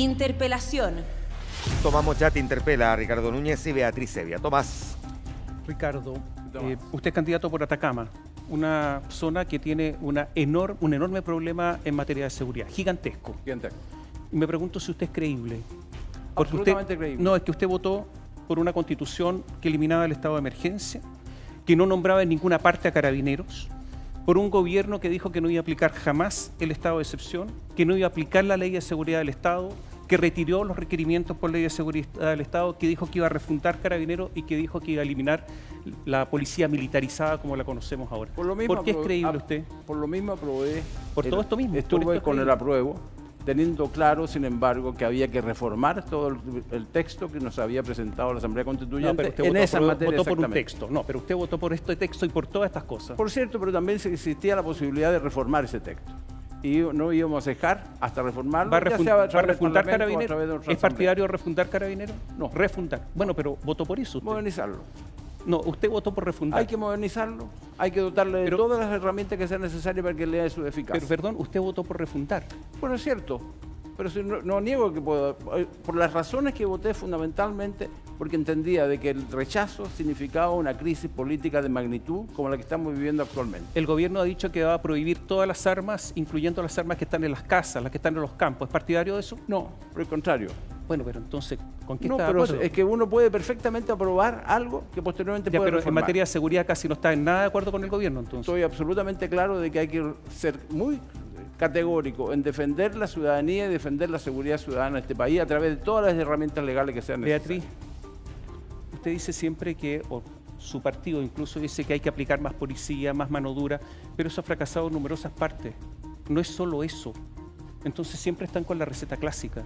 Interpelación. Tomamos ya te interpela a Ricardo Núñez y Beatriz Sevilla. Tomás, Ricardo, eh, usted es candidato por Atacama, una zona que tiene una enor- un enorme problema en materia de seguridad, gigantesco. Siguiente. Y me pregunto si usted es creíble. Absolutamente usted, creíble. No, es que usted votó por una constitución que eliminaba el estado de emergencia, que no nombraba en ninguna parte a carabineros, por un gobierno que dijo que no iba a aplicar jamás el estado de excepción, que no iba a aplicar la ley de seguridad del Estado, que retiró los requerimientos por ley de seguridad del Estado, que dijo que iba a refundar carabineros y que dijo que iba a eliminar la policía militarizada como la conocemos ahora. Por lo mismo. qué es aprobé- creíble ah, usted? Por lo mismo aprobé. Por todo esto mismo, por Estuve esto es con el creíble. apruebo, teniendo claro, sin embargo, que había que reformar todo el, el texto que nos había presentado la Asamblea Constituyente No, pero usted en votó, esa por, materia votó por un exactamente. texto. No, pero usted votó por este texto y por todas estas cosas. Por cierto, pero también se- existía la posibilidad de reformar ese texto. Y no íbamos a dejar hasta reformarlo. ¿Va a, ya refun- sea a va a través del refundar Parlamento o a Carabineros? través de otra ¿Es asamblea. partidario de refundar Carabineros? No, refundar. Bueno, pero votó por eso usted. Modernizarlo. No, usted votó por refundar. Hay que modernizarlo. Hay que dotarle de Pero- todas las herramientas que sean necesarias para que le dé su eficacia. Pero perdón, usted votó por refundar. Bueno, es cierto, pero si no, no niego que puedo. eh, Por las razones que voté fundamentalmente, porque entendía de que el rechazo significaba una crisis política de magnitud como la que estamos viviendo actualmente. El gobierno ha dicho que va a prohibir todas las armas, incluyendo las armas que están en las casas, las que están en los campos. ¿Es partidario de eso? No, por el contrario. Bueno, pero entonces, ¿con qué No, está de pero acuerdo? es que uno puede perfectamente aprobar algo que posteriormente Ya, puede pero en reformar. materia de seguridad casi no está en nada de acuerdo con el gobierno, entonces. Estoy absolutamente claro de que hay que ser muy categórico en defender la ciudadanía y defender la seguridad ciudadana de este país a través de todas las herramientas legales que sean necesarias. Beatriz, usted dice siempre que, o su partido incluso dice que hay que aplicar más policía, más mano dura, pero eso ha fracasado en numerosas partes. No es solo eso. Entonces siempre están con la receta clásica.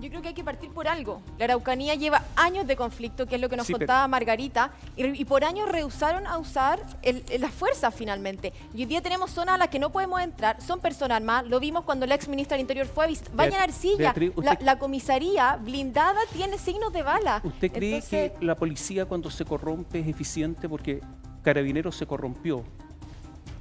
Yo creo que hay que partir por algo. La Araucanía lleva años de conflicto, que es lo que nos Sí, pero- contaba Margarita, y, re- y por años rehusaron a usar el- el- las fuerzas finalmente. Y hoy día tenemos zonas a las que no podemos entrar, son personas armadas, lo vimos cuando la ex ministra del Interior fue a visitar. Vayan a Arcilla, Beatriz, la, usted- la comisaría blindada tiene signos de bala. ¿Usted cree Entonces, que la policía cuando se corrompe es eficiente porque Carabineros se corrompió?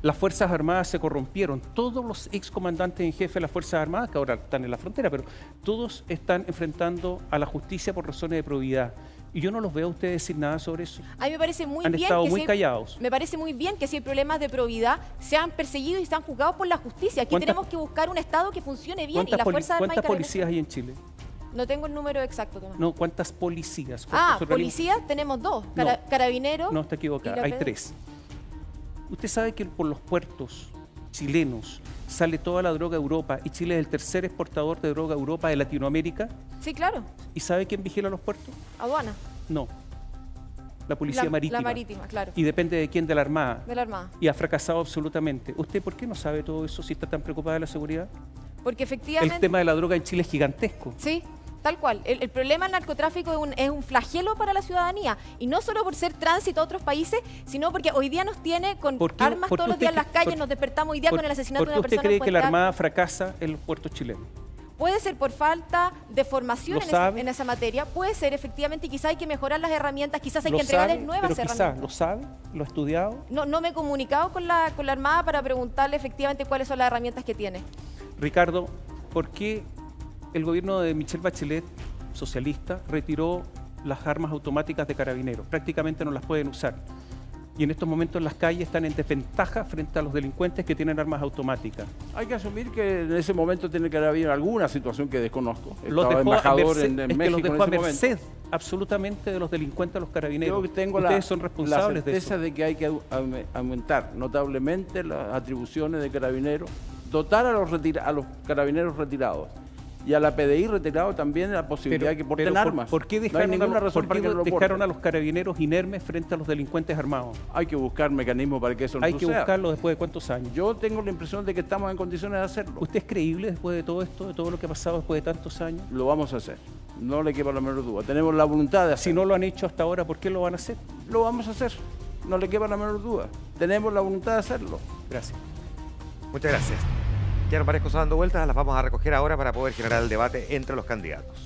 Las Fuerzas Armadas se corrompieron. Todos los excomandantes en jefe de las Fuerzas Armadas, que ahora están en la frontera, pero todos están enfrentando a la justicia por razones de probidad. Y yo no los veo a ustedes decir nada sobre eso. A mí me parece muy Han bien estado que muy si hay- callados. Me parece muy bien que si hay problemas de probidad sean perseguidos y sean juzgados por la justicia. Aquí ¿Cuántas- tenemos que buscar un Estado que funcione bien y ¿Cuántas, las poli- fuerzas armadas y cuántas Carabineros- policías hay en Chile? No tengo el número exacto, Tomás. No, ¿cuántas policías? Ah, ¿Cuántos organismos? policías tenemos dos. Cara- No. Carabinero. No, está y equivocada. la Hay PD. tres. Usted sabe que por los puertos chilenos sale toda la droga a Europa y Chile es el tercer exportador de droga a Europa de Latinoamérica. Sí, claro. ¿Y sabe quién vigila los puertos? Aduana. No. La policía la, marítima. La marítima, claro. Y depende de quién, de la Armada. De la Armada. Y ha fracasado absolutamente. ¿Usted por qué no sabe todo eso si está tan preocupada de la seguridad? Porque efectivamente. El tema de la droga en Chile es gigantesco. Sí, tal cual. El, el problema del narcotráfico es un, es un flagelo para la ciudadanía. Y no solo por ser tránsito a otros países, sino porque hoy día nos tiene con ¿Por qué- armas por qué todos los usted días en las cree- calles, por- nos despertamos hoy día ¿Por- con el asesinato ¿Por de qué una persona usted cree en que la Puente Alto. Armada fracasa en los puertos chilenos? Puede ser por falta de formación Lo en esa, sabe. en esa materia, puede ser efectivamente, y quizás hay que mejorar las herramientas, quizás hay ¿Lo que entregarles sabe? nuevas pero quizá, herramientas. ¿Lo sabe? ¿Lo ha estudiado? No, no me he comunicado con la, con la Armada para preguntarle efectivamente cuáles son las herramientas que tiene. Ricardo, ¿por qué el gobierno de Michelle Bachelet, socialista, retiró las armas automáticas de carabineros? Prácticamente no las pueden usar. Y en estos momentos las calles están en desventaja frente a los delincuentes que tienen armas automáticas. Hay que asumir que en ese momento tiene que haber habido alguna situación que desconozco. Los Estaba dejó a embajador merced, en, en es que México los en dejó a ese momento. merced absolutamente de los delincuentes a los carabineros. Yo tengo la, Ustedes son la responsables de certeza eso. de, que hay que au- aume- aumentar notablemente las atribuciones de carabineros, dotar a los, retira- a los carabineros retirados y a la PDI retirado también la posibilidad de que porten pero por- armas. ¿por, qué no hay dejaron, a, ninguna los- razón por para qué que no lo dejaron porten. a los carabineros inermes frente a los delincuentes armados? Hay que buscar mecanismos para que eso no Hay que suceda. buscarlo después de cuántos años. Yo tengo la impresión de que estamos en condiciones de hacerlo. ¿Usted es creíble después de todo esto, de todo lo que ha pasado después de tantos años? Lo vamos a hacer. No le quepa la menor duda. Tenemos la voluntad de hacerlo. Si no lo han hecho hasta ahora, ¿por qué lo van a hacer? lo vamos a hacer. No le quepa la menor duda. Tenemos la voluntad de hacerlo. Gracias. muchas gracias. Quedaron varias cosas dando vueltas, las vamos a recoger ahora para poder generar el debate entre los candidatos.